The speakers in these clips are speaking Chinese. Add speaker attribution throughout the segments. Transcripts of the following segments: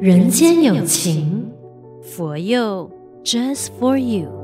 Speaker 1: 人间有情，佛佑 Just for you。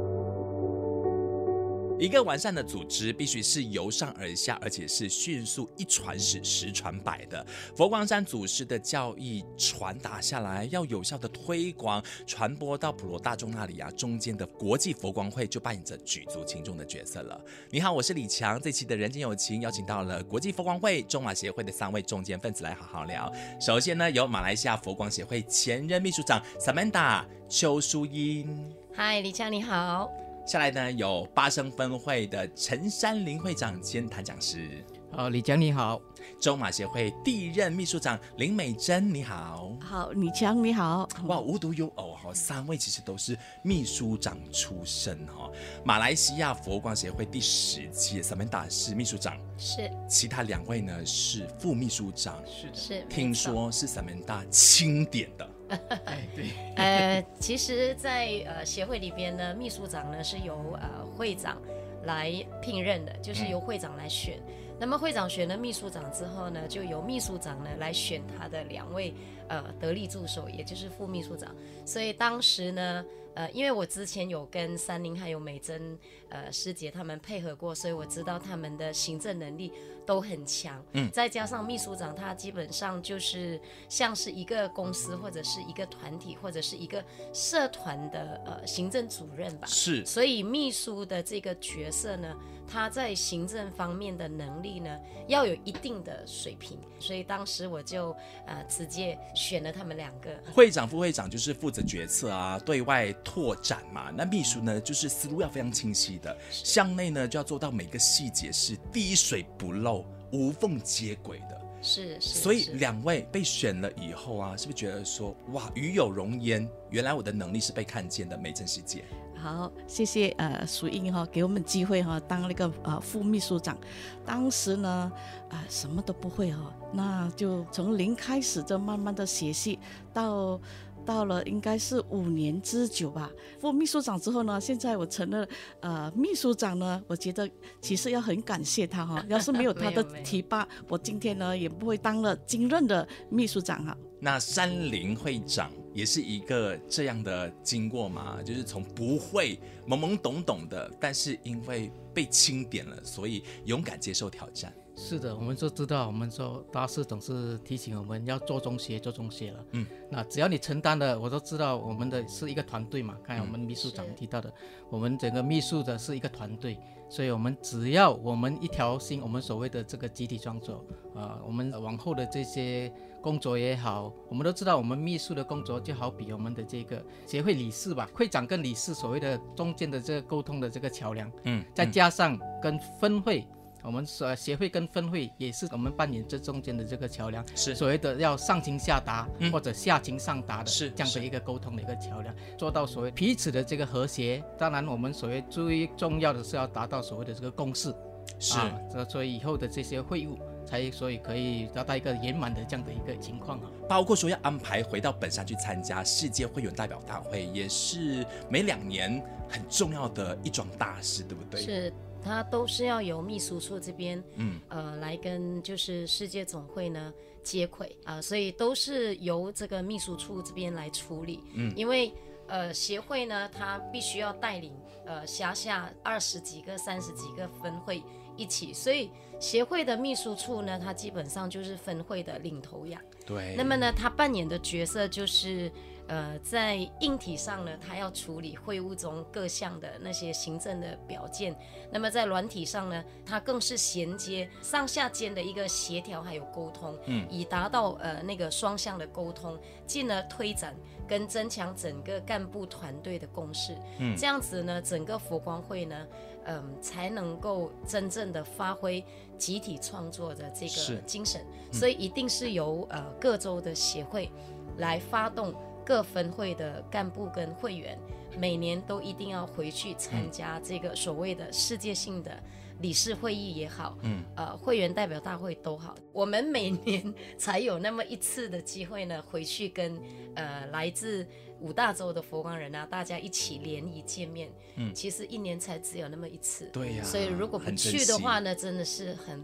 Speaker 2: 一个完善的组织必须是由上而下，而且是迅速一传十，十传百的。佛光山祖师的教义传达下来，要有效的推广传播到普罗大众那里啊，中间的国际佛光会就扮演着举足轻重的角色了。你好，我是李强，这期的人间有情邀请到了国际佛光会中华协会的三位中间分子来好好聊。首先呢，由马来西亚佛光协会前任秘书长 Samantha 邱淑英。
Speaker 3: 嗨，李强你好，
Speaker 2: 下来呢，有八生分会的陈山林会长兼谈讲师，
Speaker 4: 好，李强你好，
Speaker 2: 中马协会第一任秘书长林美珍，你好。
Speaker 5: 好，李强你好，
Speaker 2: 哇，无独有偶哈，三位其实都是秘书长出身哈。马来西亚佛光协会第十届萨曼达是秘书长，
Speaker 3: 是
Speaker 2: 其他两位呢是副秘书长。
Speaker 4: 是的，
Speaker 3: 是，
Speaker 2: 听
Speaker 3: 没错，
Speaker 2: 说是萨曼达钦点的，
Speaker 4: 哎对，
Speaker 3: 呃，其实在，呃协会里边呢，秘书长呢是由呃会长来聘任的，就是由会长来选。那么会长选了秘书长之后呢，就由秘书长呢来选他的两位呃得力助手，也就是副秘书长。所以当时呢，呃，因为我之前有跟三林还有美珍呃师姐他们配合过，所以我知道他们的行政能力都很强。
Speaker 2: 嗯
Speaker 3: 再加上秘书长他基本上就是像是一个公司或者是一个团体或者是一个社团的呃行政主任吧。
Speaker 2: 是
Speaker 3: 所以秘书的这个角色呢，他在行政方面的能力呢，要有一定的水平。所以当时我就呃直接选了他们两个。
Speaker 2: 会长、副会长就是负责决策啊，对外拓展嘛。那秘书呢，就是思路要非常清晰的，向内呢就要做到每个细节是滴水不漏、无缝接轨的。
Speaker 3: 是是，
Speaker 2: 所以
Speaker 3: 是
Speaker 2: 两位被选了以后啊，是不是觉得说哇，与有容焉？原来我的能力是被看见的，美珍师姐。
Speaker 5: 好，谢谢呃，淑英哈、给我们机会哈、当那个呃副秘书长，当时呢啊、什么都不会哈、那就从零开始就慢慢的学习到。到了应该是五年之久吧。副秘书长之后呢，现在我成了呃秘书长呢，我觉得其实要很感谢他哈、要是没有他
Speaker 3: 没
Speaker 5: 的
Speaker 3: 有没有
Speaker 5: 提拔，我今天呢也不会当了今任的秘书长哈、
Speaker 2: 那山林会长也是一个这样的经过嘛，就是从不会懵懵懂懂的，但是因为被钦点了，所以勇敢接受挑战。
Speaker 4: 是的，我们就知道，我们说大师总是提醒我们要做中学，做中学了。
Speaker 2: 嗯，
Speaker 4: 那只要你承担的，我都知道我们的是一个团队嘛。刚才我们秘书长
Speaker 3: 是
Speaker 4: 提到的，我们整个秘书的是一个团队，所以我们只要我们一条心，我们所谓的这个集体创作啊、我们往后的这些工作也好，我们都知道我们秘书的工作就好比我们的这个协会理事吧，会长跟理事所谓的中间的这个沟通的这个桥梁。
Speaker 2: 嗯，
Speaker 4: 再
Speaker 2: 嗯
Speaker 4: 加上跟分会，我们所协会跟分会也是我们扮演这中间的这个桥梁，
Speaker 2: 是
Speaker 4: 所谓的要上情下达、
Speaker 2: 嗯
Speaker 4: 或者下情上达的
Speaker 2: 是
Speaker 4: 这样
Speaker 2: 是
Speaker 4: 的一个沟通的一个桥梁，做到所谓彼此的这个和谐。当然，我们所谓最重要的是要达到所谓的这个共识，
Speaker 2: 是、
Speaker 4: 啊，这所以以后的这些会务才所以可以呃达到一个圆满的这样的一个情况啊。
Speaker 2: 包括说要安排回到本山去参加世界会员代表大会，也是每两年很重要的一桩大事，对不对？，
Speaker 3: 是，他都是要由秘书处这边
Speaker 2: 嗯，
Speaker 3: 呃来跟就是世界总会呢接轨啊、所以都是由这个秘书处这边来处理。
Speaker 2: 嗯
Speaker 3: 因为呃协会呢，它必须要带领呃辖下二十几个、三十几个分会一起，所以协会的秘书处呢，它基本上就是分会的领头羊。
Speaker 2: 对。
Speaker 3: 那么呢，他扮演的角色就是，呃，在硬体上呢，他要处理会务中各项的那些行政的表件；那么在软体上呢，它更是衔接上下间的一个协调还有沟通，
Speaker 2: 嗯
Speaker 3: 以达到呃那个双向的沟通，进而推展跟增强整个干部团队的共识。
Speaker 2: 嗯
Speaker 3: 这样子呢，整个佛光会呢，嗯、才能够真正的发挥集体创作的这
Speaker 2: 是嗯
Speaker 3: 个精神，所以一定是由呃各州的协会来发动各分会的干部跟会员，每年都一定要回去
Speaker 2: 嗯
Speaker 3: 参加这个所谓的世界性的理事会议也好，
Speaker 2: 嗯，
Speaker 3: 呃，会员代表大会都好，我们每年才有那么一次的机会呢，回去跟呃来自五大洲的佛光人啊，大家一起联谊见面，
Speaker 2: 嗯
Speaker 3: 其实一年才只有那么一次，
Speaker 2: 对呀
Speaker 3: 所以如果不
Speaker 2: 很珍
Speaker 3: 去的
Speaker 2: 惜
Speaker 3: 话呢，真的是很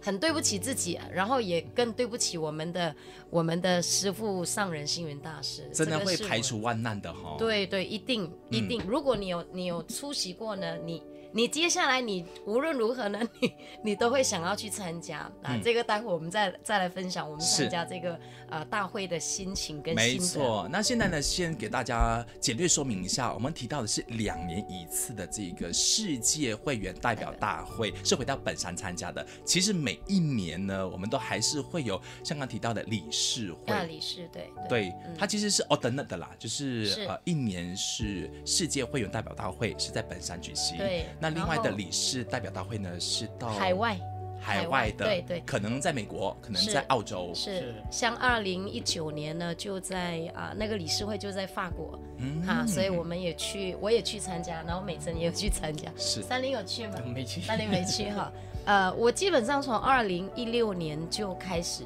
Speaker 3: 很对不起自己，啊然后也更对不起我们的我们的师傅上人星云大师，
Speaker 2: 真的
Speaker 3: 这个
Speaker 2: 会
Speaker 3: 是我
Speaker 2: 排除万难的哈、哦。嗯
Speaker 3: 对对，一定一定。如果你有你有出席过呢，你你接下来你无论如何呢， 你你都会想要去参加啊。
Speaker 2: 嗯
Speaker 3: 这个待会我们再再来分享我们
Speaker 2: 是
Speaker 3: 参加这个呃大会的心情跟
Speaker 2: 没
Speaker 3: 心得。
Speaker 2: 错，那现在呢，先给大家简略说明一下，我们提到的是两年一次的这个世界会员代表大会，是回到本山参加的。其实每一年呢，我们都还是会有像刚提到的理事会。
Speaker 3: 大理是对嗯
Speaker 2: 对，它其实是哦等等的啦，就是
Speaker 3: 是
Speaker 2: 呃，一年是世界会员代表大会是在本山举行，
Speaker 3: 对
Speaker 2: 那另
Speaker 3: 然
Speaker 2: 外的
Speaker 3: 后
Speaker 2: 理事代表大会呢是到
Speaker 3: 海外
Speaker 2: 海
Speaker 3: 海
Speaker 2: 外
Speaker 3: 外
Speaker 2: 的，
Speaker 3: 对对
Speaker 2: 可能在美国，可能
Speaker 3: 是
Speaker 2: 在澳洲，
Speaker 3: 是
Speaker 4: 是
Speaker 3: 像二零一九年呢，就在啊、那个理事会就在法国
Speaker 2: 嗯
Speaker 3: 哈、所以我们也去，我也去参加，然后美珍也有去参加。
Speaker 2: 是
Speaker 3: 三林有去吗？
Speaker 4: 没去。
Speaker 3: 那你没去 哈。呃，我基本上从二零一六年就开始，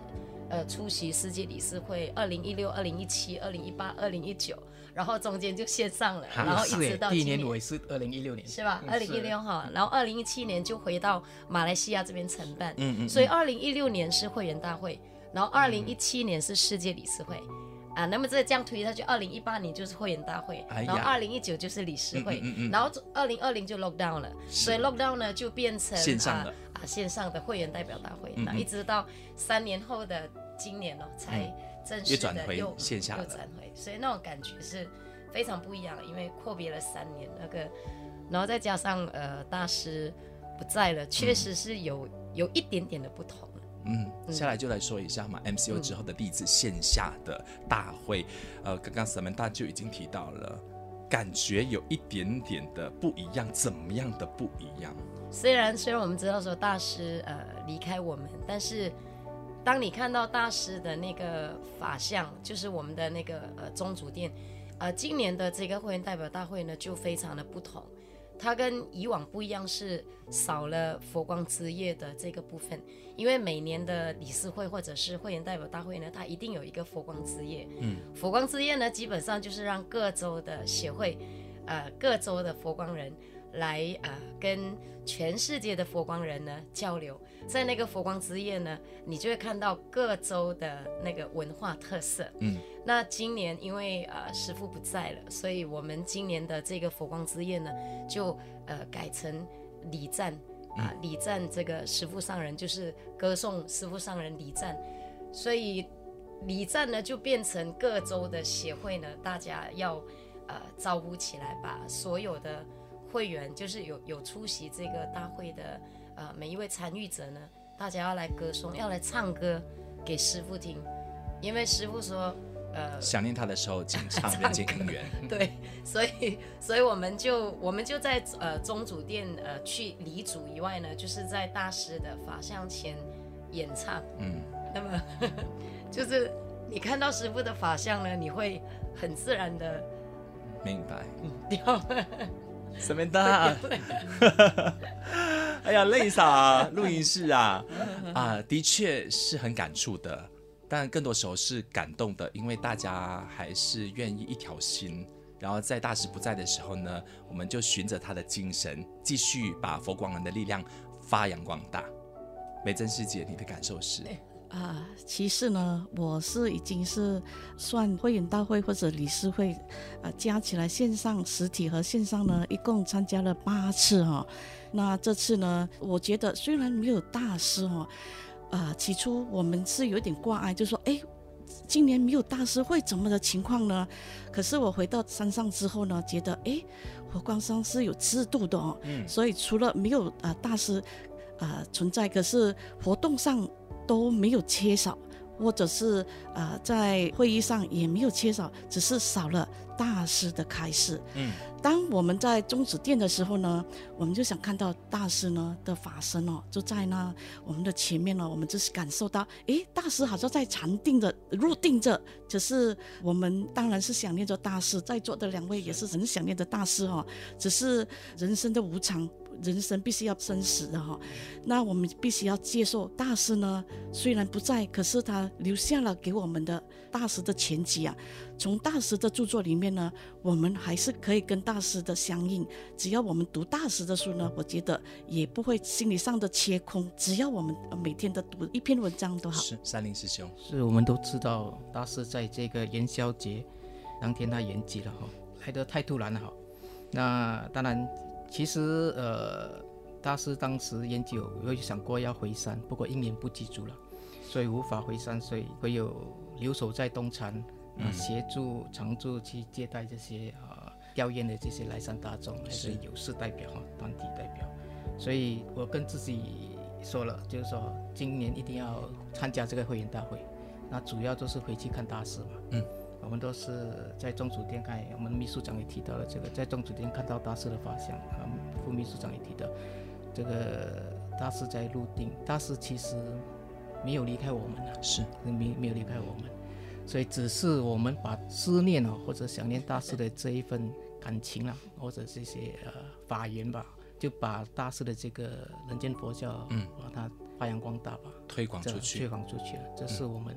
Speaker 3: 呃，出席世界理事会，二零一六、二零一七、二零一八、二零一九，然后中间就线上了，
Speaker 2: 哈
Speaker 3: 然后一
Speaker 4: 是
Speaker 3: 直
Speaker 4: 耶
Speaker 3: 到
Speaker 4: 第一
Speaker 3: 今
Speaker 4: 年我也是二零一六年，
Speaker 3: 是吧？
Speaker 4: 嗯
Speaker 3: 二零一六哈，然后二零一七年就回到马来西亚这边承办，
Speaker 2: 嗯嗯，
Speaker 3: 所以
Speaker 2: 嗯
Speaker 3: 二零一六年是会员大会，然后二零一七年是世界理事会。啊，那么这这样推下去，二零一八年就是会员大会，
Speaker 2: 哎呀
Speaker 3: 然后二零一九就是理事会，
Speaker 2: 嗯嗯嗯嗯
Speaker 3: 然后二零二零就 lockdown 了，
Speaker 2: 是
Speaker 3: 所以 lockdown 呢就变成
Speaker 2: 线上的
Speaker 3: 啊啊线上的会员代表大会，
Speaker 2: 嗯嗯
Speaker 3: 那、一直到三年后的今年哦，才
Speaker 2: 嗯
Speaker 3: 正
Speaker 2: 又
Speaker 3: 式
Speaker 2: 转
Speaker 3: 的
Speaker 2: 回
Speaker 3: 又
Speaker 2: 线下
Speaker 3: 又
Speaker 2: 了
Speaker 3: 转回，所以那种感觉是非常不一样，因为阔别了三年那个，然后再加上呃大师不在了，确实是有、有一点点的不同了。
Speaker 2: 嗯，下来就来说一下嘛，MCO
Speaker 3: 嗯
Speaker 2: 之后的第一次线下的大会，呃，刚刚 Samantha 就已经提到了，感觉有一点点的不一样，怎么样的不一样？
Speaker 3: 虽然虽然我们知道说大师呃离开我们，但是当你看到大师的那个法相，就是我们的那个呃宗主殿，呃今年的这个会员代表大会呢就非常的不同，它跟以往不一样是少了佛光之夜的这个部分，因为每年的理事会或者是会员代表大会呢，它一定有一个佛光之夜，
Speaker 2: 嗯，
Speaker 3: 佛光之夜呢基本上就是让各州的协会，呃各州的佛光人。来呃跟全世界的佛光人呢交流，在那个佛光之夜呢，你就会看到各州的那个文化特色。
Speaker 2: 嗯，
Speaker 3: 那今年因为呃师傅不在了，所以我们今年的这个佛光之夜呢，就呃改成礼赞啊、礼赞这个师傅上人就是歌颂师傅上人礼赞，所以礼赞呢就变成各州的协会呢，大家要呃招呼起来，把所有的会员，就是有有出席这个大会的呃每一位参与者呢，大家要来歌颂，要来唱歌给师傅听，因为师傅说 呃
Speaker 2: 想念他的时候，请 唱《人间姻缘》。
Speaker 3: 对，所以所以我们就我们就在呃宗主殿呃去离主以外呢，就是在大师的法像前演唱。
Speaker 2: 嗯，
Speaker 3: 那么 就是你看到师傅的法像呢，你会很自然的
Speaker 2: 明白。
Speaker 3: 掉。
Speaker 2: Samantha，哎呀，累死啊！录音室啊，啊，的确是很感触的，但更多时候是感动的，因为大家还是愿意一条心。然后在大师不在的时候呢，我们就循着他的精神，继续把佛光人的力量发扬光大。美珍师姐，你的感受是？
Speaker 5: 啊，其实呢，我是已经是算会员大会或者理事会，啊，加起来线上、实体和线上呢，一共参加了八次哈、那这次呢，我觉得虽然没有大师哈、啊、起初我们是有点挂碍，就说哎。诶今年没有大师会怎么的情况呢？可是我回到山上之后呢，觉得诶，佛光山是有制度的哦，
Speaker 2: 嗯
Speaker 5: 所以除了没有啊、大师啊、存在，可是活动上都没有缺少，或者是啊在会议上也没有缺少，只是少了大师的开示。
Speaker 2: 嗯，
Speaker 5: 当我们在中止殿的时候呢，我们就想看到大师呢的法身哦，就在那我们的前面呢，我们就是感受到，诶，大师好像在禅定着、入定着。只是我们当然是想念着大师，在座的两位也是很想念着大师哦。只是人生的无常，人生必须要生死的哈、那我们必须要接受大师呢，虽然不在，可是他留下了给我们的大师的全集啊。从大师的著作里面呢，我们还是可以跟大师的相应。只要我们读大师的书呢，我觉得也不会心理上的切空。只要我们呃每天的读一篇文章都好。
Speaker 2: 是三林师兄，
Speaker 4: 是我们都知道，大师在这个元宵节当天他圆寂了哈，来得太突然了哈。那当然，其实呃，大师当时研究有想过要回山，不过因缘不具足了，所以无法回山，所以唯有留守在东禅，啊、协助常住去接待这些啊吊唁的这些来山大众，还是有事代表哈团体代表。所以我跟自己说了，就是说今年一定要参加这个会员大会。那主要就是回去看大师嘛。
Speaker 2: 嗯，
Speaker 4: 我们都是在中主殿看，我们秘书长也提到了这个，在中主殿看到大师的法相，啊，副秘书长也提到，这个大师在入定，大师其实没有离开我们啊。
Speaker 2: 是
Speaker 4: 没没有离开我们，所以只是我们把思念哦，或者想念大师的这一份感情啊，或者这些呃法缘吧，就把大师的这个人间佛教，嗯，把它发扬光大吧，
Speaker 2: 推广
Speaker 4: 这
Speaker 2: 出
Speaker 4: 推
Speaker 2: 去，嗯
Speaker 4: 广出去了。这是我们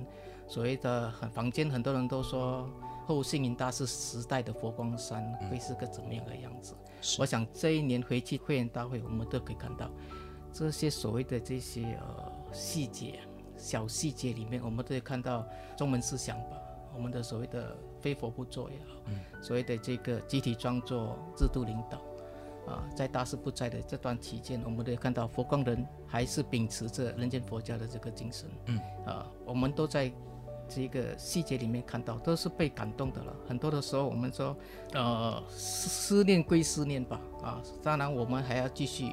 Speaker 4: 所谓的很坊间很多人都说后星云大师时代的佛光山会是个怎么样的样子？
Speaker 2: 嗯是
Speaker 4: 我想这一年回去会员大会，我们都可以看到这些所谓的这些呃细节、小细节里面，我们都可以看到中门思想吧，我们的所谓的非佛不作也好，
Speaker 2: 嗯
Speaker 4: 所谓的这个集体创作、制度领导。啊，在大师不在的这段期间，我们都看到佛光人还是秉持着人间佛教的这个精神，嗯，啊，我们都在这个细节里面看到，都是被感动的了。很多的时候，我们说，呃，思思念归思念吧，啊，当然我们还要继续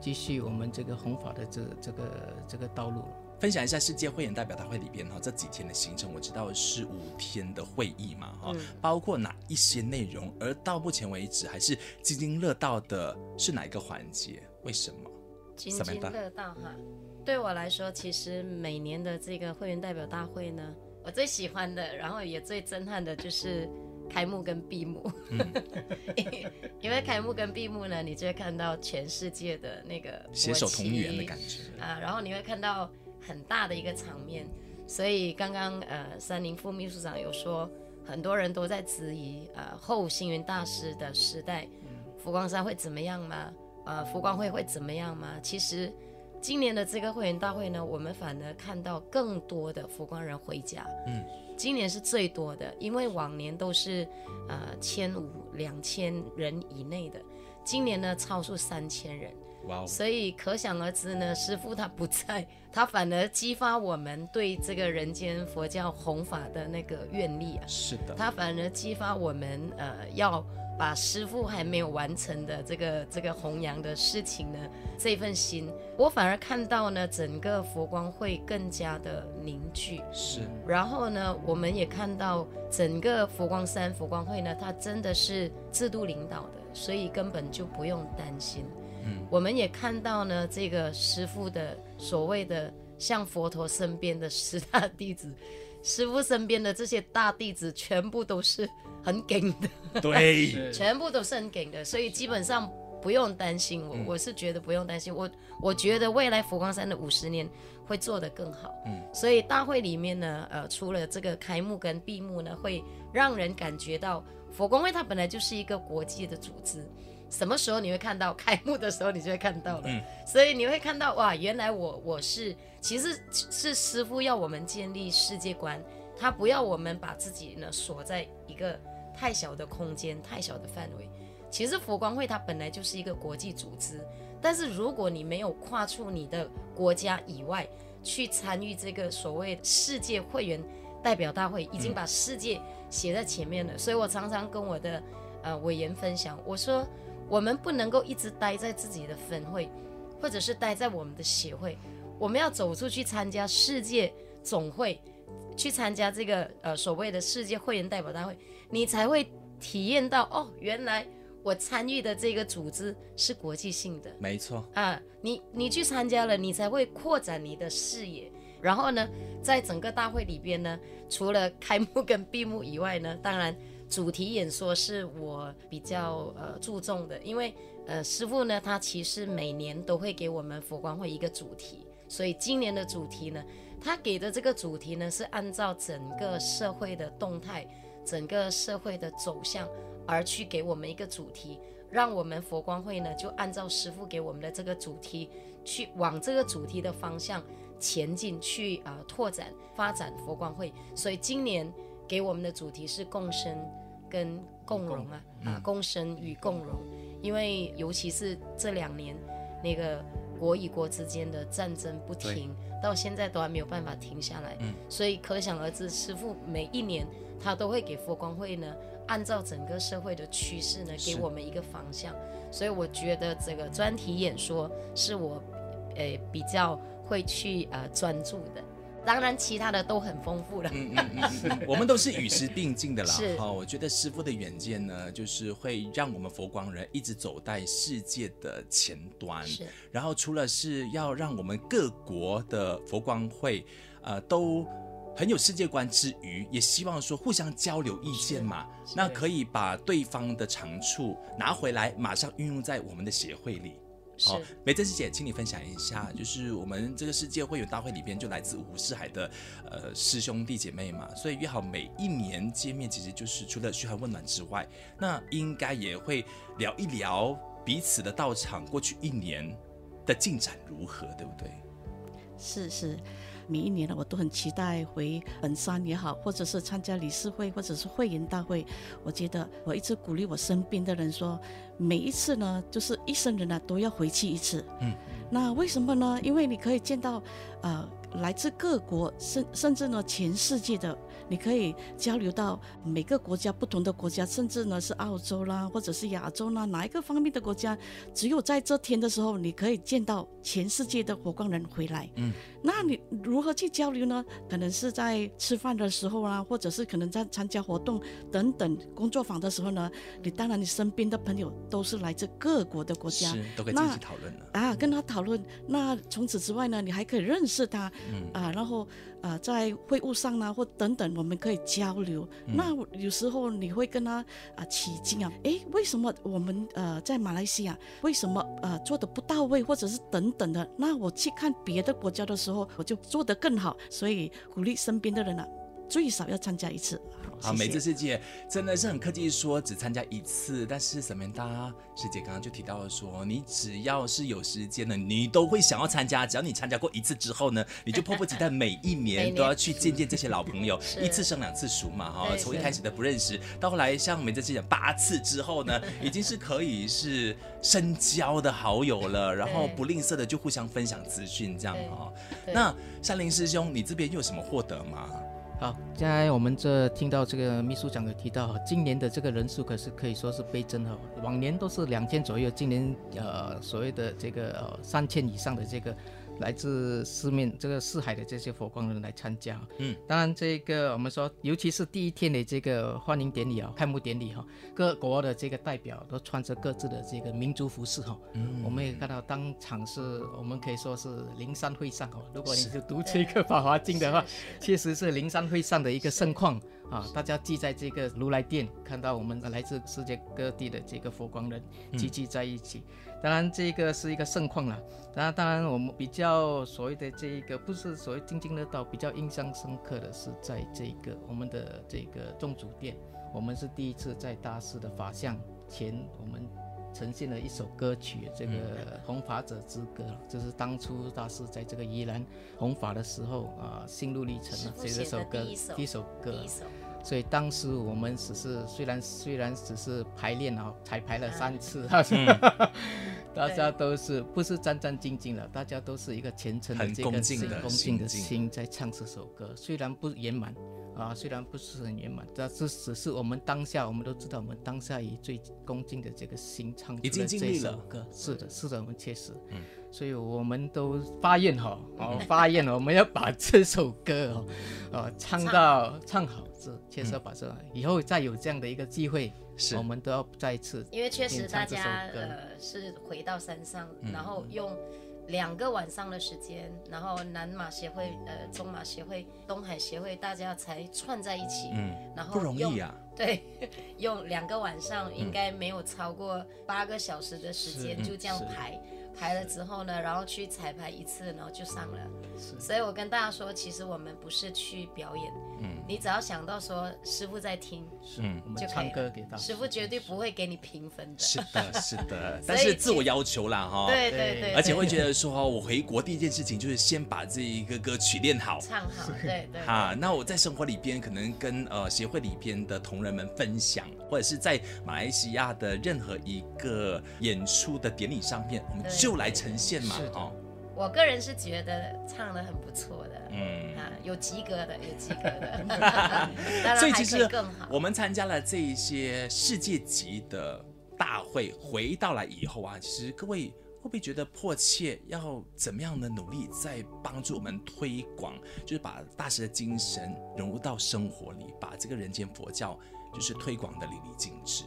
Speaker 4: 继续我们这个弘法的这这个这个道路。
Speaker 2: 分享一下世界慧眼代表大会里边哦哈这几天的行程，我知道是五天的会议嘛哈，
Speaker 3: 嗯
Speaker 2: 包括哪一些内容？而到目前为止还是津津乐道的是哪一个环节？为什么？
Speaker 3: 津
Speaker 2: 怎么
Speaker 3: 津
Speaker 2: 办
Speaker 3: 乐道哈。对我来说，其实每年的这个会员代表大会呢，我最喜欢的，然后也最震撼的就是开幕跟闭幕，
Speaker 2: 嗯
Speaker 3: 因为开幕跟闭幕呢，你就会看到全世界的那个
Speaker 2: 携手同源的
Speaker 3: 觉
Speaker 2: 感觉。
Speaker 3: 啊，然后你会看到很大的一个场面。所以刚刚呃，三林副秘书长有说，很多人都在质疑呃后星云大师的时代，佛光山会怎么样吗？呃，佛光会会怎么样吗？其实今年的这个会员大会呢，我们反而看到更多的佛光人回家，
Speaker 2: 嗯，
Speaker 3: 今年是最多的，因为往年都是呃千五两千人以内的，今年呢超出三千人。
Speaker 2: 哇哦，
Speaker 3: 所以可想而知呢，师傅他不在，他反而激发我们对这个人间佛教弘法的那个愿力啊，
Speaker 2: 是的，
Speaker 3: 他反而激发我们呃要把师傅还没有完成的这个这个弘扬的事情呢这份心，我反而看到呢整个佛光会更加的凝聚，
Speaker 2: 是
Speaker 3: 然后呢，我们也看到整个佛光山佛光会呢，它真的是制度领导的，所以根本就不用担心。
Speaker 2: 嗯，
Speaker 3: 我们也看到呢，这个师傅的所谓的像佛陀身边的十大弟子，师傅身边的这些大弟子全部都是很梗的，
Speaker 2: 对，
Speaker 3: 全部都是很梗的，所以基本上不用担心
Speaker 2: 嗯
Speaker 3: 我，我是觉得不用担心我，我觉得未来佛光山的五十年会做得更好。
Speaker 2: 嗯，
Speaker 3: 所以大会里面呢，呃，除了这个开幕跟闭幕呢，会让人感觉到佛光会它本来就是一个国际的组织。什么时候你会看到开幕的时候，你就会看到了。
Speaker 2: 嗯
Speaker 3: 所以你会看到哇，原来我我是其实是师傅要我们建立世界观，他不要我们把自己呢锁在一个太小的空间、太小的范围。其实佛光会它本来就是一个国际组织，但是如果你没有跨出你的国家以外去参与这个所谓世界会员代表大会，已经把世界写在前面了。所以我常常跟我的呃委员分享，我说我们不能够一直待在自己的分会，或者是待在我们的协会，我们要走出去参加世界总会，去参加这个呃所谓的世界会员代表大会，你才会体验到哦，原来我参与的这个组织是国际性的
Speaker 2: 没错，
Speaker 3: 啊，你你去参加了，你才会扩展你的视野。然后呢，在整个大会里边呢，除了开幕跟闭幕以外呢，当然主题演说是我比较呃注重的，因为呃，师傅呢，他其实每年都会给我们佛光会一个主题，所以今年的主题呢，他给的这个主题呢，是按照整个社会的动态、整个社会的走向而去给我们一个主题，让我们佛光会呢，就按照师傅给我们的这个主题，去往这个主题的方向前进，去啊、呃拓展发展佛光会。所以今年给我们的主题是共生跟共荣啊，啊，共生与共荣。因为尤其是这两年，那个国与国之间的战争不停，到现在都还没有办法停下来。
Speaker 2: 嗯
Speaker 3: 所以可想而知，师傅每一年他都会给佛光会呢，按照整个社会的趋势呢，
Speaker 2: 是
Speaker 3: 给我们一个方向。所以我觉得这个专题演说是我，呃，比较会去呃专注的。当然，其他的都很丰富了。
Speaker 2: 嗯嗯嗯嗯嗯，我们都是与时并进的啦。
Speaker 3: 是
Speaker 2: 哈、我觉得师傅的远见呢，就是会让我们佛光人一直走在世界的前端。
Speaker 3: 是
Speaker 2: 然后除了是要让我们各国的佛光会，呃，都很有世界观之余，也希望说互相交流意见嘛，
Speaker 3: 是
Speaker 2: 那可以把对方的长处拿回来，马上运用在我们的协会里。
Speaker 3: 是
Speaker 2: 好，
Speaker 4: 哦
Speaker 2: 梅珍师姐，请你分享一下，就是我们这个世界会员大会里边就来自五湖四海的呃师兄弟姐妹嘛，所以约好每一年见面，其实就是除了嘘寒问暖之外，那应该也会聊一聊彼此的道场过去一年的进展如何，对不对？
Speaker 5: 是是，每一年呢，我都很期待回本山也好，或者是参加理事会，或者是会员大会。我觉得我一直鼓励我身边的人说，每一次呢，就是一生人呢、啊都要回去一次。
Speaker 2: 嗯，
Speaker 5: 那为什么呢？因为你可以见到，呃，来自各国，甚甚至呢全世界的，你可以交流到每个国家不同的国家，甚至呢是澳洲啦，或者是亚洲啦，哪一个方面的国家，只有在这天的时候，你可以见到全世界的火光人回来。那你如何去交流呢？可能是在吃饭的时候啊，或者是可能在参加活动等等工作坊的时候呢，你当然你身边的朋友都是来自各国的国家
Speaker 2: 是，都可以进
Speaker 5: 那
Speaker 2: 行讨论了。
Speaker 5: 啊，跟他讨论。那除此之外呢，你还可以认识他，
Speaker 2: 嗯
Speaker 5: 啊，然后啊，在会务上呢，或等等，我们可以交流。
Speaker 2: 嗯
Speaker 5: 那我有时候你会跟他啊起劲啊，诶，为什么我们呃在马来西亚为什么呃做的不到位，或者是等等的？那我去看别的国家的时候，我就做得更好。所以鼓励身边的人啊，最少要参加一次。
Speaker 2: 好，
Speaker 5: 谢
Speaker 2: 美
Speaker 5: 谢
Speaker 2: 智师姐真的是很客气说只参加一次，但是沈明达师姐刚刚就提到了说，你只要是有时间的，你都会想要参加。只要你参加过一次之后呢，你就迫不及待每一
Speaker 3: 每
Speaker 2: 年
Speaker 3: 年
Speaker 2: 都要去见见这些老朋友，
Speaker 3: 是
Speaker 2: 一次生两次熟嘛哈。
Speaker 3: 对
Speaker 2: 从一
Speaker 3: 是
Speaker 2: 开始的不认识，到后来像美智师姐八次之后呢，已经是可以是深交的好友了，然后
Speaker 3: 对
Speaker 2: 不吝啬的就互相分享资讯这样
Speaker 3: 对
Speaker 2: 哈。
Speaker 3: 对
Speaker 2: 那山林师兄，你这边又有什么获得吗？
Speaker 4: 好，刚才我们这听到这个秘书长有提到哈，今年的这个人数可是可以说是倍增哈，往年都是两千左右，今年呃所谓的这个呃三千以上的这个来自四面这个四海的这些佛光人来参加。
Speaker 2: 嗯，
Speaker 4: 当然这个我们说，尤其是第一天的这个欢迎典礼啊，开幕典礼哈，各国的这个代表都穿着各自的这个民族服饰哈，
Speaker 2: 嗯
Speaker 4: 我们也看到当场是我们可以说是灵山会上哦，如果你
Speaker 2: 是
Speaker 4: 是读这个《 法华经》的话。
Speaker 3: 是
Speaker 4: 确实是灵山会上的一个盛况啊！大家聚在这个如来殿，看到我们来自世界各地的这个佛光人聚集在一起。当然，这个是一个盛况啦。当然，当然，我们比较所谓的这一个，不是所谓津津乐道，比较印象深刻的是在这个我们的这个宗主殿，我们是第一次在大师的法像前，我们呈现了一首歌曲，这个《弘法者之歌》了，这是当初大师在这个宜兰弘法的时候啊，心路历程
Speaker 3: 师
Speaker 4: 啊，
Speaker 3: 父
Speaker 4: 写
Speaker 3: 写
Speaker 4: 这首
Speaker 3: 的
Speaker 4: 歌
Speaker 3: 第一首，
Speaker 4: 第一首歌啊
Speaker 3: 第一首
Speaker 4: 所以当时我们只是虽然虽然只是排练哦，才排了三次，
Speaker 2: 嗯
Speaker 4: 大家都是不是战战兢兢了，大家都是一个虔诚的
Speaker 2: 很
Speaker 4: 这个
Speaker 2: 恭敬
Speaker 4: 心
Speaker 2: 的
Speaker 4: 恭敬的
Speaker 2: 心境
Speaker 4: 心在唱这首歌，虽然不圆满啊，虽然不是很圆满，但是只是我们当下我们都知道，我们当下以最恭敬的这个心唱出
Speaker 2: 已经
Speaker 4: 了
Speaker 2: 尽
Speaker 4: 这
Speaker 2: 力
Speaker 4: 首
Speaker 2: 了
Speaker 4: 歌，是的，是的，我们确实，嗯，所以我们都发愿哈，哦，发愿了，我们要把这首歌哦。呃，唱到唱好这确实要把这、以后再有这样的一个机会，
Speaker 2: 是
Speaker 4: 我们都要再一次
Speaker 3: 因为确实
Speaker 4: 演
Speaker 3: 大
Speaker 4: 唱这首
Speaker 3: 家
Speaker 4: 歌嗯
Speaker 3: 呃是回到山上，然后用两个晚上的时间，然后南马协会、呃中马协会、东海协会，大家才串在一起，
Speaker 2: 嗯，
Speaker 3: 然后
Speaker 2: 不容易
Speaker 3: 用
Speaker 2: 啊。
Speaker 3: 对，用两个晚上应该没有超过八个小时的时间，
Speaker 4: 是嗯
Speaker 3: 就这样
Speaker 4: 是
Speaker 3: 排。排了之后呢，然后去彩排一次，然后就上了。
Speaker 4: 是
Speaker 3: 所以我跟大家说，其实我们不是去表演，
Speaker 2: 嗯
Speaker 3: 你只要想到说师傅在听，
Speaker 4: 是
Speaker 2: 嗯，
Speaker 4: 我们
Speaker 3: 就可以
Speaker 4: 唱歌
Speaker 3: 了
Speaker 4: 给到
Speaker 3: 师傅绝对不会给你评分的。
Speaker 2: 是的，是 的，
Speaker 3: 所
Speaker 2: 但
Speaker 3: 以
Speaker 2: 是
Speaker 3: 其
Speaker 2: 自我要求啦哈，
Speaker 3: 对对
Speaker 4: 对
Speaker 3: 对，
Speaker 2: 而且
Speaker 3: 对
Speaker 2: 会觉得说，我回国第一件事情就是先把这一个歌曲练好。
Speaker 3: 唱好，对对。
Speaker 2: 哈，那我在生活里边可能跟呃协会里边的同仁们分享，或者是在马来西亚的任何一个演出的典礼上面，我们
Speaker 3: 对
Speaker 2: 就来呈现嘛
Speaker 4: 是，的
Speaker 2: 哦，
Speaker 3: 我个人是觉得唱的很不错的，
Speaker 2: 嗯。
Speaker 3: 啊，有及格的，有及格 的，当
Speaker 2: 所
Speaker 3: 然
Speaker 2: 以
Speaker 3: 还
Speaker 2: 其
Speaker 3: 可以
Speaker 2: 实
Speaker 3: 更好。
Speaker 2: 我们参加了这一些世界级的大会，回到来以后啊，其实各位会不会觉得迫切要怎么样的努力，在帮助我们推广，就是把大师的精神融入到生活里，把这个人间佛教就是推广的淋漓尽致。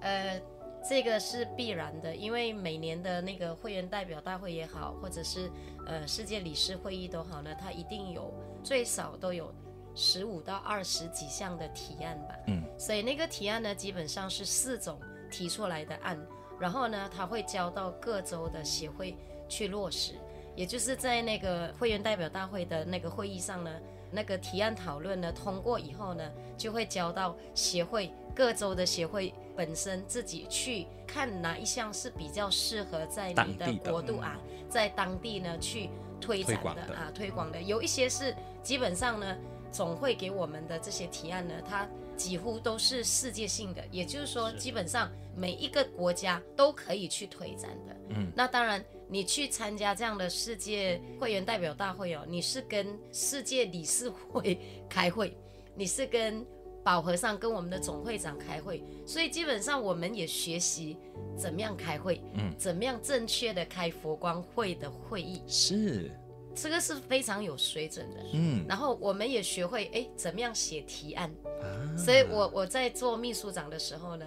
Speaker 3: 呃，这个是必然的，因为每年的那个会员代表大会也好，或者是呃世界理事会议都好呢，它一定有最少都有十五到二十几项的提案吧。
Speaker 2: 嗯，
Speaker 3: 所以那个提案呢，基本上是四种提出来的案，然后呢，它会交到各州的协会去落实。也就是在那个会员代表大会的那个会议上呢，那个提案讨论呢通过以后呢，就会交到协会各州的协会本身自己去看哪一项是比较适合在你
Speaker 2: 当
Speaker 3: 的
Speaker 2: 地的
Speaker 3: 国度啊，在当地呢去推展
Speaker 2: 推广
Speaker 3: 的
Speaker 2: 的
Speaker 3: 啊推广的，有一些是基本上呢总会给我们的这些提案呢，它几乎都是世界性的，也就是说基本上每一个国家都可以去推展的。
Speaker 2: 嗯，
Speaker 3: 那当然，你去参加这样的世界会员代表大会哦，你是跟世界理事会开会， 你是跟宝和尚跟我们的总会长开会，所以基本上我们也学习怎么样开会，
Speaker 2: 嗯
Speaker 3: 怎么样正确的开佛光会的会议，
Speaker 2: 是，
Speaker 3: 这个是非常有水准的。
Speaker 2: 嗯，
Speaker 3: 然后我们也学会哎怎么样写提案，
Speaker 2: 啊
Speaker 3: 所以我我在做秘书长的时候呢，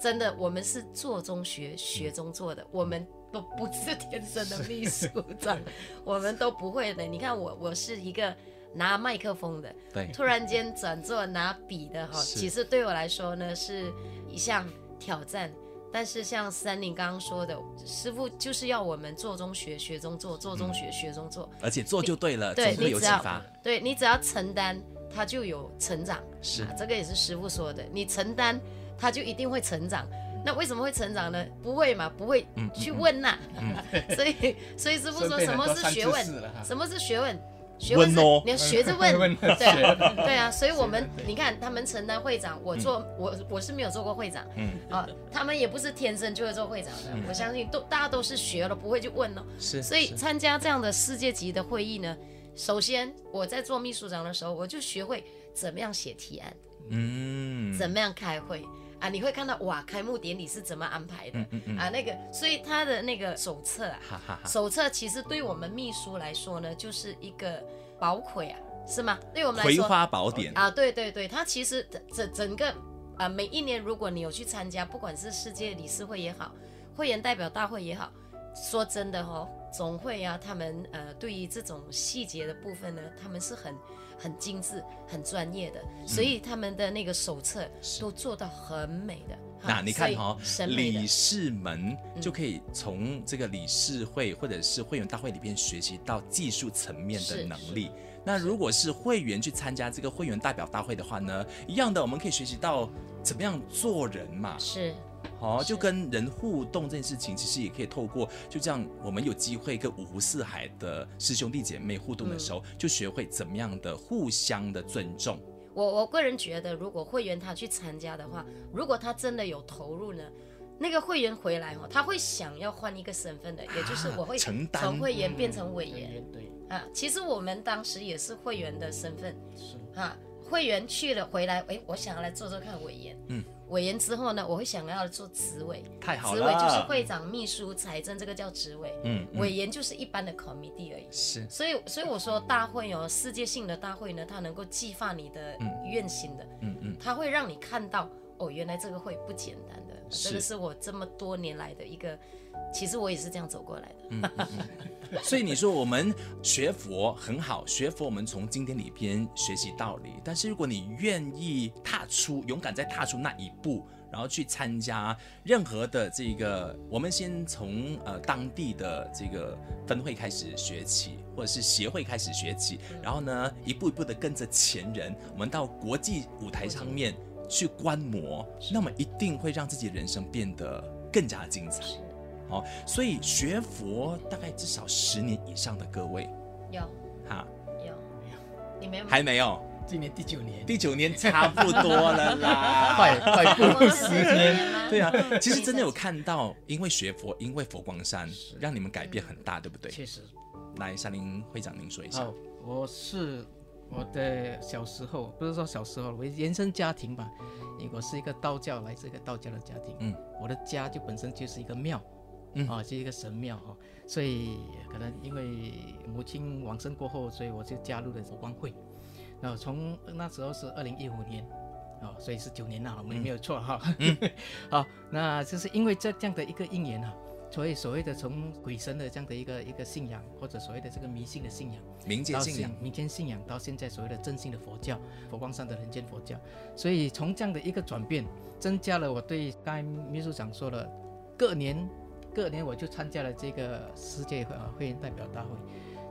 Speaker 3: 真的我们是做中学，学中做的，我们都不是天生的秘书长，我们都不会的。你看我我是一个拿麦克风的，
Speaker 2: 对，
Speaker 3: 突然间转做拿笔的哈，
Speaker 2: 是
Speaker 3: 其实对我来说呢是一项挑战。但是像三林刚刚说的，师傅就是要我们做中学，学中做，做中学，学中做。
Speaker 2: 而且做就对了，
Speaker 3: 对
Speaker 2: 嗯总会
Speaker 3: 你
Speaker 2: 有
Speaker 3: 只
Speaker 2: 启
Speaker 3: 要
Speaker 2: 发。
Speaker 3: 对你只要承担，他就有成长。
Speaker 2: 是
Speaker 3: 啊，这个也是师傅说的，你承担，他就一定会成长。那为什么会成长呢？不会嘛，不会
Speaker 2: 嗯
Speaker 3: 去问 呐、所以，所以师傅
Speaker 4: 顺
Speaker 3: 说
Speaker 4: 便
Speaker 3: 什么
Speaker 4: 很多
Speaker 3: 是
Speaker 4: 善
Speaker 3: 学
Speaker 4: 知
Speaker 3: 问
Speaker 4: 识了哈？
Speaker 3: 什么是学问？学问是
Speaker 2: 问哦
Speaker 3: 你要学着问，
Speaker 4: 问
Speaker 3: 对啊对啊。所以我们
Speaker 4: 学着对
Speaker 3: 你看，他们承担会长，我做我我是没有做过会长
Speaker 2: 嗯，
Speaker 3: 啊，他们也不是天生就会做会长的。我相信都大家都是学了，不会去问哦。
Speaker 2: 是，
Speaker 3: 所以
Speaker 2: 是
Speaker 3: 参加这样的世界级的会议呢，首先我在做秘书长的时候，我就学会怎么样写提案，
Speaker 2: 嗯，
Speaker 3: 怎么样开会啊。你会看到哇，开幕典礼是怎么安排的
Speaker 2: 嗯嗯嗯，
Speaker 3: 啊？那个，所以他的那个手册啊，
Speaker 2: 哈哈哈，
Speaker 3: 手册其实对我们秘书来说呢，就是一个宝魁啊，是吗？对我们来
Speaker 2: 葵
Speaker 3: 说
Speaker 2: 花宝典，
Speaker 3: 啊，对对对，它其实整整个啊，每一年如果你有去参加，不管是世界理事会也好，会员代表大会也好，说真的哦，总会啊，他们呃对于这种细节的部分呢，他们是很很精致、很专业的，
Speaker 2: 嗯
Speaker 3: 所以他们的那个手册都做到很美的。哈
Speaker 2: 那你看
Speaker 3: 啊所以
Speaker 2: 哦，
Speaker 3: 审美的嗯
Speaker 2: 理事们就可以从这个理事会或者是会员大会里边学习到技术层面的
Speaker 3: 是
Speaker 2: 能力。那如果是会员去参加这个会员代表大会的话呢，一样的，我们可以学习到怎么样做人嘛，
Speaker 3: 是
Speaker 2: 哦，
Speaker 3: 是
Speaker 2: 就跟人互动这件事情，其实也可以透过就这样，我们有机会跟五湖四海的师兄弟姐妹互动的时
Speaker 3: 嗯
Speaker 2: 候，就学会怎么样的互相的尊重。
Speaker 3: 我我个人觉得，如果会员他去参加的话，如果他真的有投入呢，那个会员回来哦，他会想要换一个身份的，也就是我会
Speaker 2: 承担
Speaker 3: 从会员变成委员、
Speaker 4: 啊嗯对，
Speaker 3: 啊。其实我们当时也是会员的身份
Speaker 4: 是
Speaker 3: 啊，会员去了回来，诶，我想要来做做看委员，
Speaker 2: 嗯，
Speaker 3: 委员之后呢，我会想要做职位，
Speaker 2: 太好
Speaker 3: 职
Speaker 2: 了，
Speaker 3: 位就是会长、秘书、财政，这个叫职位，
Speaker 2: 嗯，嗯
Speaker 3: 委员就是一般的 committee 而已。
Speaker 2: 是
Speaker 3: 所以，所以我说大会哦，世界性的大会呢，它能够激发你的愿心的，
Speaker 2: 嗯嗯。
Speaker 3: 它会让你看到哦，原来这个会不简单的，
Speaker 2: 是
Speaker 3: 这个是我这么多年来的一个，其实我也是这样走过来的。
Speaker 2: 所以你说我们学佛很好，学佛我们从经典里边学习道理，但是如果你愿意踏出，勇敢再踏出那一步，然后去参加任何的这个，我们先从呃当地的这个分会开始学起，或者是协会开始学起，然后呢一步一步的跟着前人，我们到国际舞台上面去观摩，那么一定会让自己的人生变得更加精彩。
Speaker 3: 是，
Speaker 2: 哦，所以学佛大概至少十年以上的各位，
Speaker 3: 有
Speaker 2: 哈，
Speaker 3: 有，你没有
Speaker 2: 还没有，
Speaker 4: 今年第九年，
Speaker 2: 第九年差不多了啦，
Speaker 4: 快快步 入十年。
Speaker 3: 年
Speaker 2: 对啊，其实真的有看到，因为学佛，因为佛光山，让你们改变很大，对不对？
Speaker 4: 确实，
Speaker 2: 来，山林会长，您说一下
Speaker 4: 好，，哦我是我的小时候，不是说小时候，我原生家庭吧，因为我是一个道教，来自一个道教的家庭，
Speaker 2: 嗯，
Speaker 4: 我的家就本身就是一个庙，
Speaker 2: 嗯
Speaker 4: 啊，是一个神庙哦，所以可能因为母亲往生过后，所以我就加入了佛光会，那从那时候是二零一五年。哦，所以是九年了，我们
Speaker 2: 嗯
Speaker 4: 没有错哈。 好，那就是因为这这样的一个因缘啊，所以所谓的从鬼神的这样的一个一个信仰，或者所谓的这个迷信的信仰，
Speaker 2: 民间
Speaker 4: 到
Speaker 2: 信仰
Speaker 4: 现，民间信仰到现在所谓的真心的佛教，佛光山的人间佛教，所以从这样的一个转变，增加了我对刚才秘书长说了，各年各年我就参加了这个世界会呃会员代表大会，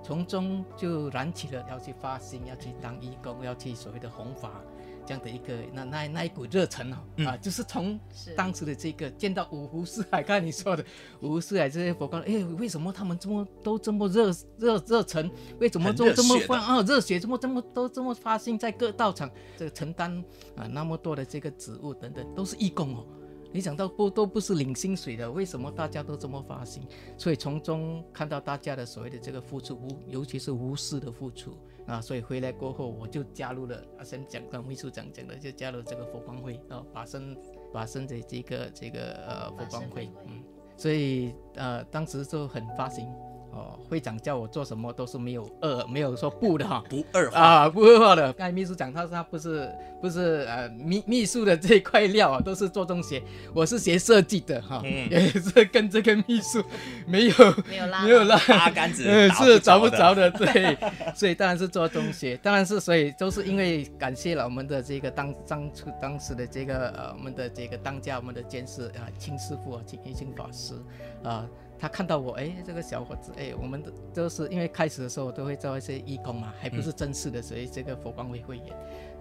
Speaker 4: 从中就燃起了要去发心，要去当义工，要去所谓的弘法这样的一个那那那一股热忱哦、啊，
Speaker 2: 嗯
Speaker 4: 就是从
Speaker 3: 是
Speaker 4: 当时的这个见到五湖四海，刚才你说的五湖四海这些佛光，哎，为什么他们这么都这么热热热忱？为什么
Speaker 2: 很
Speaker 4: 都
Speaker 2: 热
Speaker 4: 这么
Speaker 2: 血的
Speaker 4: 发啊热血？怎么这么都这么发心在各道场这个承担啊那么多的这个职务等等，都是义工哦。你想到不都不是领薪水的，为什么大家都这么发心？所以从中看到大家的所谓的这个付出，无尤其是无私的付出啊，所以回来过后我就加入了阿生讲刚秘书长讲的，就加入这个佛光会啊，把身把身的这个这个呃佛光会，嗯，所以呃当时就很发心哦，会长叫我做什么都是没有呃没有说不的哈，
Speaker 2: 不二话，
Speaker 4: 啊，不会画的。刚才秘书长他说他不是不是呃秘秘书的这一块料啊，都是做中学，我是学设计的哈，
Speaker 2: 嗯
Speaker 4: 也是跟这个秘书没有
Speaker 3: 没有啦
Speaker 4: 没有啦。
Speaker 2: 八竿 子
Speaker 4: 呃，是
Speaker 2: 找
Speaker 4: 找不
Speaker 2: 的
Speaker 4: 着的，对， 所以当然是做中学，当然是所以都是因为感谢了我们的这个当当初当时的这个呃我们的这个当家我们的监事啊秦师傅啊秦一清法师啊、他看到我哎这个小伙子哎我们的都是因为开始的时候我都会做一些义工嘛，还不是正式的，所以这个佛光会会员。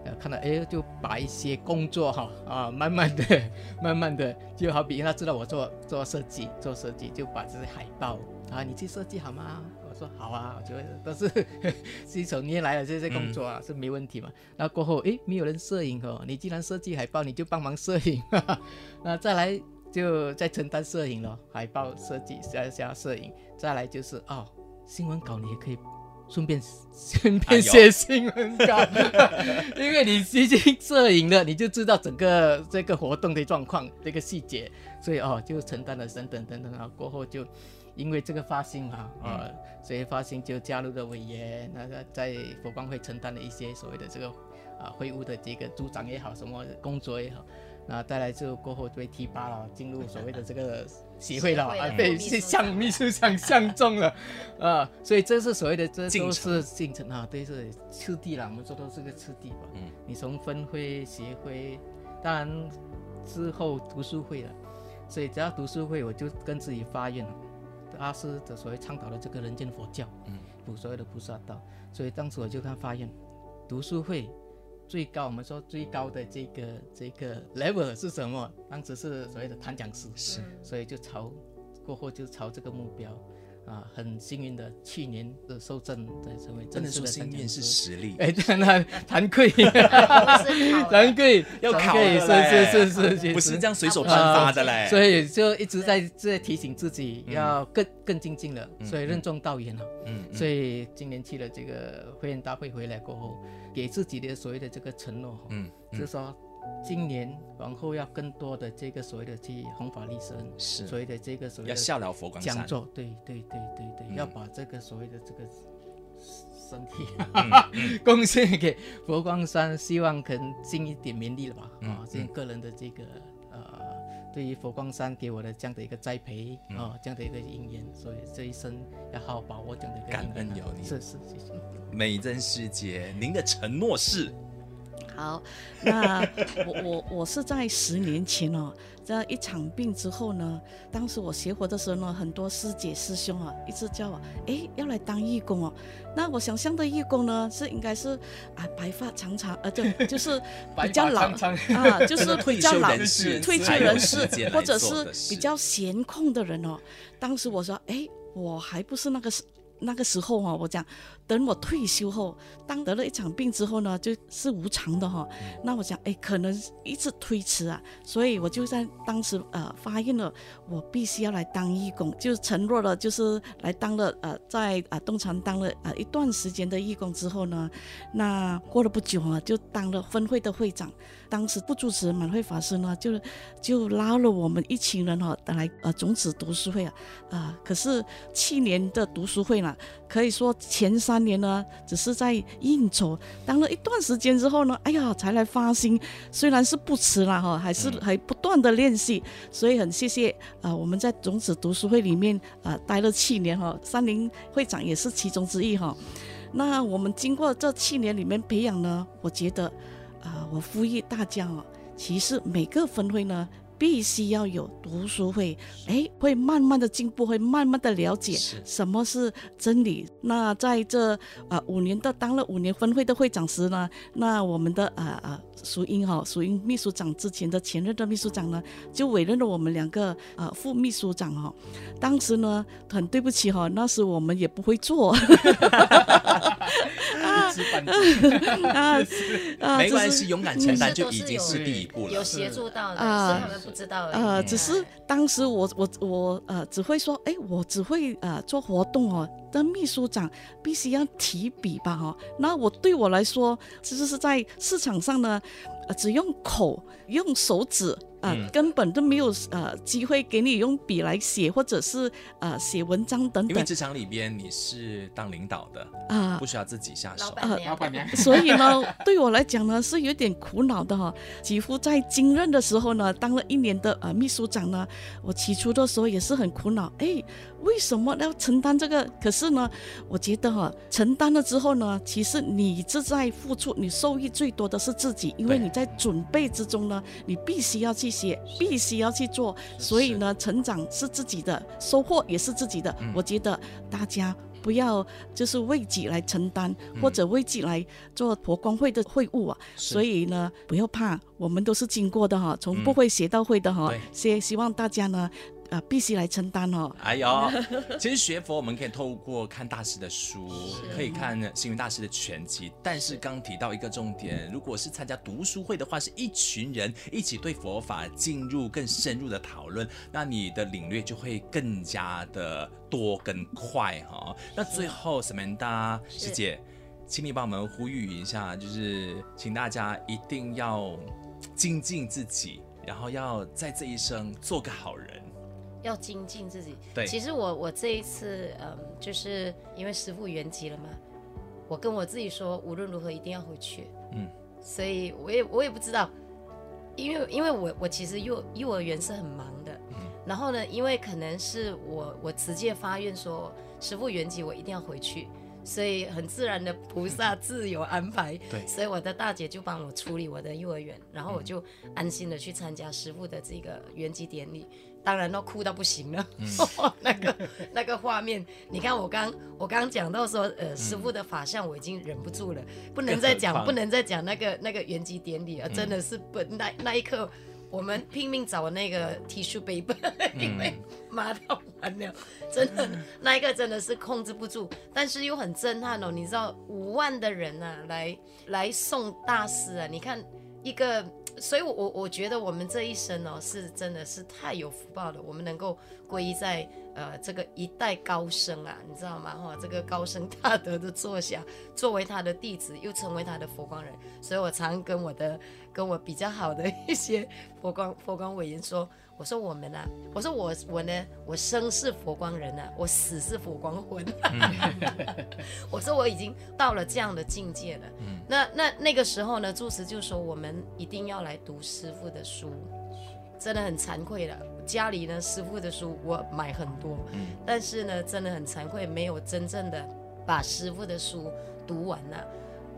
Speaker 4: 呃，看到哎，就把一些工作哈啊，慢慢的、慢慢的，就好比他知道我做做设计，做设计就把这些海报啊，你去设计好吗？我说好啊，我觉得都是新手拈来的这些工作
Speaker 2: 嗯
Speaker 4: 啊、是没问题嘛。那过后哎，没有人摄影哦，你既然设计海报，你就帮忙摄影， 哈哈。那再来就再承担摄影了，海报设计加加摄影，再来就是哦，新闻稿你也可以顺便顺
Speaker 2: 哎呦
Speaker 4: 便写新闻 稿，因为你已经摄影了，你就知道整个这个活动的状况、这个细节，所以哦，就承担了等等等等啊，过后就。因为这个发心嘛，
Speaker 2: 嗯
Speaker 4: 啊、所以发心就加入了委员，那个在佛光会承担了一些所谓的这个啊会务的这个组长也好，什么工作也好，那带来就过后就被提拔了，进入所谓的这个协会了
Speaker 3: 协会
Speaker 4: 啊
Speaker 3: 了，
Speaker 4: 被
Speaker 3: 秘书
Speaker 4: 是向
Speaker 3: 长
Speaker 4: 秘书长相中了， 啊，所以这是所谓的这
Speaker 2: 进
Speaker 4: 都
Speaker 2: 程
Speaker 4: 是进程啊，对，是次第啦，我们说都是个次第吧。
Speaker 2: 嗯，
Speaker 4: 你从分会、协会，当然之后读书会了，所以只要读书会，我就跟自己发愿了，阿师的所谓倡导的这个人间佛教，
Speaker 2: 嗯，
Speaker 4: 菩所谓的菩萨道，所以当时我就跟他发愿，读书会最高，我们说最高的这个这个 level 是什么？当时是所谓的谈讲师，
Speaker 2: 是
Speaker 4: 所以就朝过后就朝这个目标。啊，很幸运的，去年的受证的成为
Speaker 2: 真
Speaker 4: 正
Speaker 2: 的
Speaker 4: 式
Speaker 2: 说
Speaker 4: 的
Speaker 2: 心
Speaker 4: 谈
Speaker 2: 愿
Speaker 4: 讲
Speaker 2: 是
Speaker 4: 师。
Speaker 2: 实力，
Speaker 4: 哎，那惭愧，
Speaker 3: 咱
Speaker 4: 惭愧，
Speaker 2: 要
Speaker 4: 惭
Speaker 2: 考
Speaker 4: 愧
Speaker 2: 的嘞
Speaker 4: 是是是是是，
Speaker 2: 不是这样随手
Speaker 3: 啊
Speaker 2: 颁发的嘞，
Speaker 4: 所以就一直在在提醒自己要更更精进了，所以任重道远了。啊
Speaker 2: 嗯，嗯
Speaker 4: 所以今年去了这个会员大会回来过后，给自己的所谓的这个承诺，
Speaker 2: 嗯，
Speaker 4: 就是说今年往后要更多的这个所谓的去弘法利生，
Speaker 2: 是
Speaker 4: 所谓的这个所谓
Speaker 2: 要
Speaker 4: 的
Speaker 2: 效劳佛光山
Speaker 4: 讲，座，对对对对对，
Speaker 2: 嗯
Speaker 4: 要把这个所谓的这个身体、
Speaker 2: 嗯
Speaker 4: 贡献给佛光山，希望可能尽一点绵力了吧，啊、
Speaker 2: 嗯
Speaker 4: 尽个人的这个呃对于佛光山给我的这样的一个栽培
Speaker 2: 嗯
Speaker 4: 啊、哦这样的一个因缘，所以这一生要好好把握这样的一个
Speaker 2: 感
Speaker 4: 因缘啊
Speaker 2: 恩有你
Speaker 4: 是是谢谢。
Speaker 2: 美珍师姐，您的承诺 是
Speaker 5: 好，那我我我是在十年前哦，这一场病之后呢，当时我学佛的时候呢，很多师姐师兄啊，一直叫我，诶，要来当义工哦。那我想象的义工呢，是应该是啊，白发长长，呃，就就是比较老 啊，就
Speaker 2: 这
Speaker 5: 是
Speaker 2: 个退
Speaker 5: 比较
Speaker 2: 休
Speaker 5: 老
Speaker 2: 人士
Speaker 5: 退休
Speaker 2: 才有
Speaker 5: 人
Speaker 2: 时
Speaker 5: 士
Speaker 2: 间来
Speaker 5: 或者
Speaker 2: 做
Speaker 5: 是
Speaker 2: 的事
Speaker 5: 比较闲空的人哦。当时我说，诶，我还不是那个时那个时候哦，我讲等我退休后，当得了一场病之后呢，就是无常的哈、
Speaker 2: 嗯
Speaker 5: 那我想，哎，可能一直推迟啊，所以我就在当时呃发现了，我必须要来当义工，就承诺了，就是来当了呃在啊、东厂当了啊、呃一段时间的义工之后呢，那过了不久啊，就当了分会的会长。当时不主持人满慧法师呢，就就拉了我们一群人哈、来呃种子读书会啊，啊、可是去年的读书会呢，可以说前三年呢只是在应酬，当了一段时间之后呢，哎呀才来发心，虽然是不迟了哈，还是还不断的练习，所以很谢谢啊、我们在种子读书会里面啊、待了七年哈，三林会长也是其中之一哈。那我们经过这七年里面培养呢，我觉得，啊、我呼吁大家哦，其实每个分会呢，必须要有读书会，哎，会慢慢的进步，会慢慢的了解
Speaker 2: 是
Speaker 5: 什么是真理。那在这啊五、年的当了五年分会的会长时呢，那我们的啊啊淑英哈、淑英秘书长之前的前任的秘书长呢，就委任了我们两个啊副秘书长哈、当时呢，很对不起哈、哦那时我们也不会做。 啊啊，
Speaker 2: 没
Speaker 5: 只
Speaker 2: 关
Speaker 5: 是
Speaker 2: 系，勇敢承担
Speaker 3: 是
Speaker 2: 就
Speaker 3: 都
Speaker 2: 已
Speaker 3: 是
Speaker 2: 经
Speaker 3: 有
Speaker 2: 是第一步
Speaker 3: 有
Speaker 2: 了。
Speaker 3: 协助到的，
Speaker 5: 啊
Speaker 3: 是他们不知道而已
Speaker 5: 呃，
Speaker 2: 嗯
Speaker 3: 哎
Speaker 5: 只是当时我我我呃，只会说，哎，我只会呃做活动哦。但秘书长必须要提笔吧，哈、哦。那我对我来说，其实是在市场上呢，呃，只用口用手指。啊、
Speaker 2: 嗯
Speaker 5: 根本都没有呃机会给你用笔来写，或者是呃写文章等
Speaker 2: 因为
Speaker 5: 等
Speaker 2: 职场里边你是当领导的，
Speaker 5: 啊
Speaker 2: 不。需要自己下
Speaker 3: 老
Speaker 2: 手。
Speaker 5: 呃
Speaker 3: 板娘，老板娘，
Speaker 5: 所以呢，对我来讲呢是有点苦恼的哈、几乎在经任的时候呢，当了一年的呃秘书长呢，我起初的时候也是很苦恼，哎，为什么要承担这个？可是呢，我觉得哈、承担了之后呢，其实你是在付出，你受益最多的是自己，因为
Speaker 2: 对
Speaker 5: 你在准备之中呢，你必须要去写，必须要去做，所以呢，成长是自己的，收获也是自己的。
Speaker 2: 嗯
Speaker 5: 我觉得大家。不要就是为己来承担，或者为己来做佛光会的会务啊。
Speaker 2: 嗯是嗯
Speaker 5: 所以呢，不要怕，我们都是经过的哈、从不会学到会的哈、
Speaker 2: 对
Speaker 5: 希希望大家呢，呃，必须来承担哦。
Speaker 2: 哎呦， 其实学佛我们可以透过看大师的书，可以看星云大师的全集。但是刚提到一个重点，如果是参加读书会的话，是一群人一起对佛法进入更深入的讨论，那你的领略就会更加的多跟快哈、那最后，Samantha
Speaker 3: 是
Speaker 2: 师姐，请你帮我们呼吁一下，就是请大家一定要精进自己，然后要在这一生做个好人。
Speaker 3: 要精进自己。
Speaker 2: 对
Speaker 3: 其实我我这一次，嗯，就是因为师傅原籍了嘛，我跟我自己说，无论如何一定要回去。
Speaker 2: 嗯，
Speaker 3: 所以我也我也不知道，因为因为我我其实幼幼儿园是很忙的，
Speaker 2: 嗯
Speaker 3: 然后呢，因为可能是我我直接发愿说，师傅原籍我一定要回去。所以很自然的，菩萨自有安排。
Speaker 2: 嗯对嗯
Speaker 3: 所以我的大姐就帮我处理我的幼儿园，然后我就安心的去参加师傅的这个原籍典礼。当然都哭到不行了，
Speaker 2: 嗯
Speaker 3: 那个那个画面，你看我刚我刚讲到说，呃，师傅的法相我已经忍不住了，不能再
Speaker 2: 嗯更何
Speaker 3: 讲，
Speaker 2: 况
Speaker 3: 不能再讲那个那个原籍典礼了，真的是不那那一刻，我们拼命找那个 tissue paper，因为麻到完了，真的那一个真的是控制不住，但是又很震撼哦，你知道五万的人啊，来来送大师啊，你看一个，所以我我我觉得我们这一生哦，是真的是太有福报了，我们能够皈依在呃这个一代高僧啊，你知道吗？哈、这个高僧大德的座下，作为他的弟子，又成为他的佛光人，所以我常跟我的跟我比较好的一些佛光佛光委员说。我说我们啊，我说我我呢，我生是佛光人啊，我死是佛光魂。啊 我说我已经到了这样的境界了。那那那个时候呢，住持就说我们一定要来读师傅的书，真的很惭愧了。家里呢，师傅的书我买很多，但是呢，真的很惭愧，没有真正的把师傅的书读完了。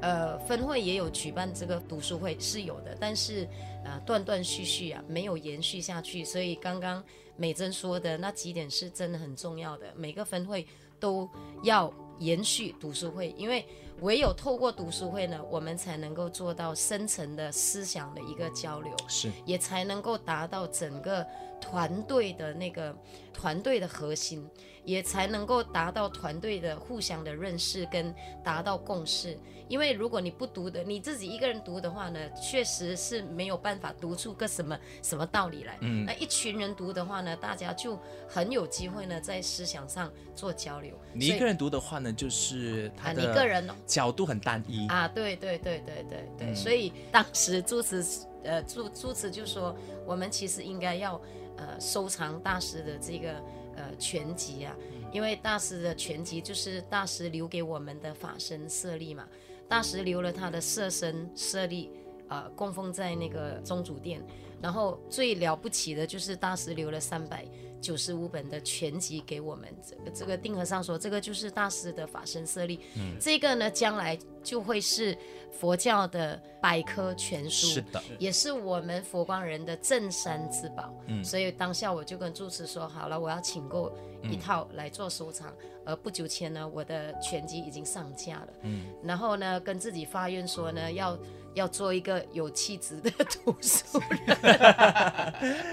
Speaker 3: 呃，分会也有举办这个读书会是有的，但是呃断断续续啊，没有延续下去。所以刚刚美珍说的那几点是真的很重要的，每个分会都要延续读书会，因为唯有透过读书会呢，我们才能够做到深层的思想的一个交流。
Speaker 2: 是
Speaker 3: 也才能够达到整个团队的那个团队的核心，也才能够达到团队的互相的认识跟达到共识。因为如果你不读的，你自己一个人读的话呢，确实是没有办法读出个什么什么道理来。
Speaker 2: 嗯
Speaker 3: 那一群人读的话呢，大家就很有机会呢在思想上做交流。
Speaker 2: 你
Speaker 3: 所
Speaker 2: 一
Speaker 3: 以
Speaker 2: 个人读的话呢，就是他
Speaker 3: 啊
Speaker 2: 的
Speaker 3: 你个人哦
Speaker 2: 角度很单一，
Speaker 3: 啊，对对对对对对，
Speaker 2: 嗯
Speaker 3: 所以当时朱慈呃朱朱慈就说，我们其实应该要呃收藏大师的这个呃全集啊，
Speaker 2: 嗯
Speaker 3: 因为大师的全集就是大师留给我们的法身舍利嘛，大师留了他的色身舍利。啊、供奉在那个宗主殿，然后最了不起的就是大师留了三百九十五本的全集给我们。这个这个定和尚说，这个就是大师的法身舍利，这个呢，将来就会是佛教的百科全书，
Speaker 2: 是的，
Speaker 3: 也是我们佛光人的镇山之宝。
Speaker 2: 嗯
Speaker 3: 所以当下我就跟住持说，好了，我要请购一套来做收藏。而不久前呢，我的全集已经上架了。
Speaker 2: 嗯，
Speaker 3: 然后呢，跟自己发愿说呢，要要做一个有气质的读书 人。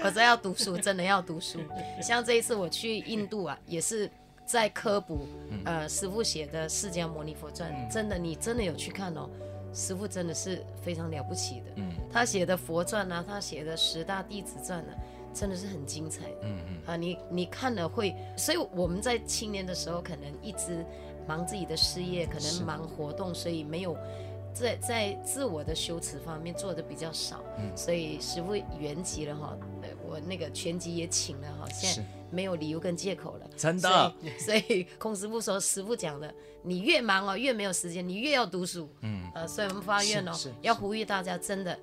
Speaker 3: 我说要读书，真的要读书。像这一次我去印度啊，也是。在科普，
Speaker 2: 嗯
Speaker 3: 呃，师傅写的《释迦牟尼佛传》，真的，你真的有去看哦，师傅真的是非常了不起的。
Speaker 2: 嗯
Speaker 3: 他写的佛传啊，他写的十大弟子传啊，真的是很精彩的、
Speaker 2: 嗯嗯，
Speaker 3: 啊！你你看了会，所以我们在青年的时候可能一直忙自己的事业，可能忙活动，所以没有在在自我的修持方面做的比较少，
Speaker 2: 嗯
Speaker 3: 所以师傅原籍了哈，呃我那个全集也请了哈，现
Speaker 2: 是
Speaker 3: 在没有理由跟借口了。
Speaker 2: 真
Speaker 3: 所
Speaker 2: 的，
Speaker 3: 以， 所以孔师傅说，师傅讲的，你越忙哦，越没有时间，你越要读书。
Speaker 2: 嗯，
Speaker 3: 呃，所以我们发愿哦
Speaker 2: 是是，嗯
Speaker 3: 要呼吁大家，真的，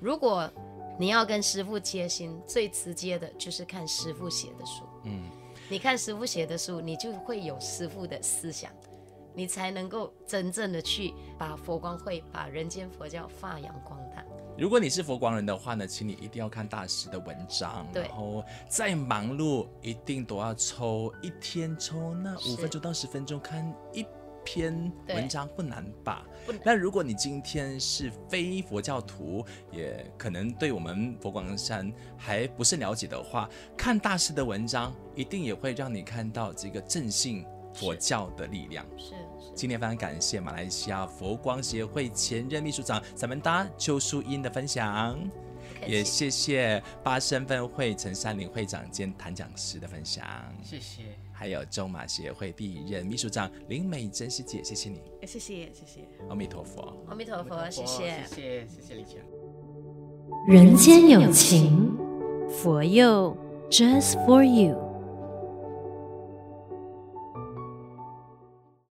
Speaker 3: 如果你要跟师傅贴心，最直接的就是看师傅写的书。
Speaker 2: 嗯，
Speaker 3: 你看师傅写的书，你就会有师傅的思想，你才能够真正的去把佛光会、把人间佛教发扬光大。
Speaker 2: 如果你是佛光人的话呢，请你一定要看大师的文章，
Speaker 3: 对
Speaker 2: 然后再忙碌，一定都要抽一天抽那
Speaker 3: 是
Speaker 2: 五分钟到十分钟看一。篇
Speaker 3: 对
Speaker 2: 文章不难吧
Speaker 3: 不难？
Speaker 2: 那如果你今天是非佛教徒，也可能对我们佛光山还不是了解的话，看大师的文章，一定也会让你看到这个正信佛教的力量。
Speaker 3: 是是。
Speaker 2: 今天非常感谢马来西亚佛光协会前任秘书长萨曼达邱淑英的分享，
Speaker 3: 客气
Speaker 2: 也谢谢八身分会陈山林会长兼谭讲师的分享，
Speaker 4: 谢谢。
Speaker 2: 还有中马协会第一任秘书长林美珍师姐，谢谢你，
Speaker 5: 哎谢谢谢谢。
Speaker 2: 阿弥陀佛。
Speaker 3: 阿弥陀佛，谢谢。
Speaker 4: 谢谢，谢谢李强。
Speaker 1: 人间有情，佛佑 Just for you。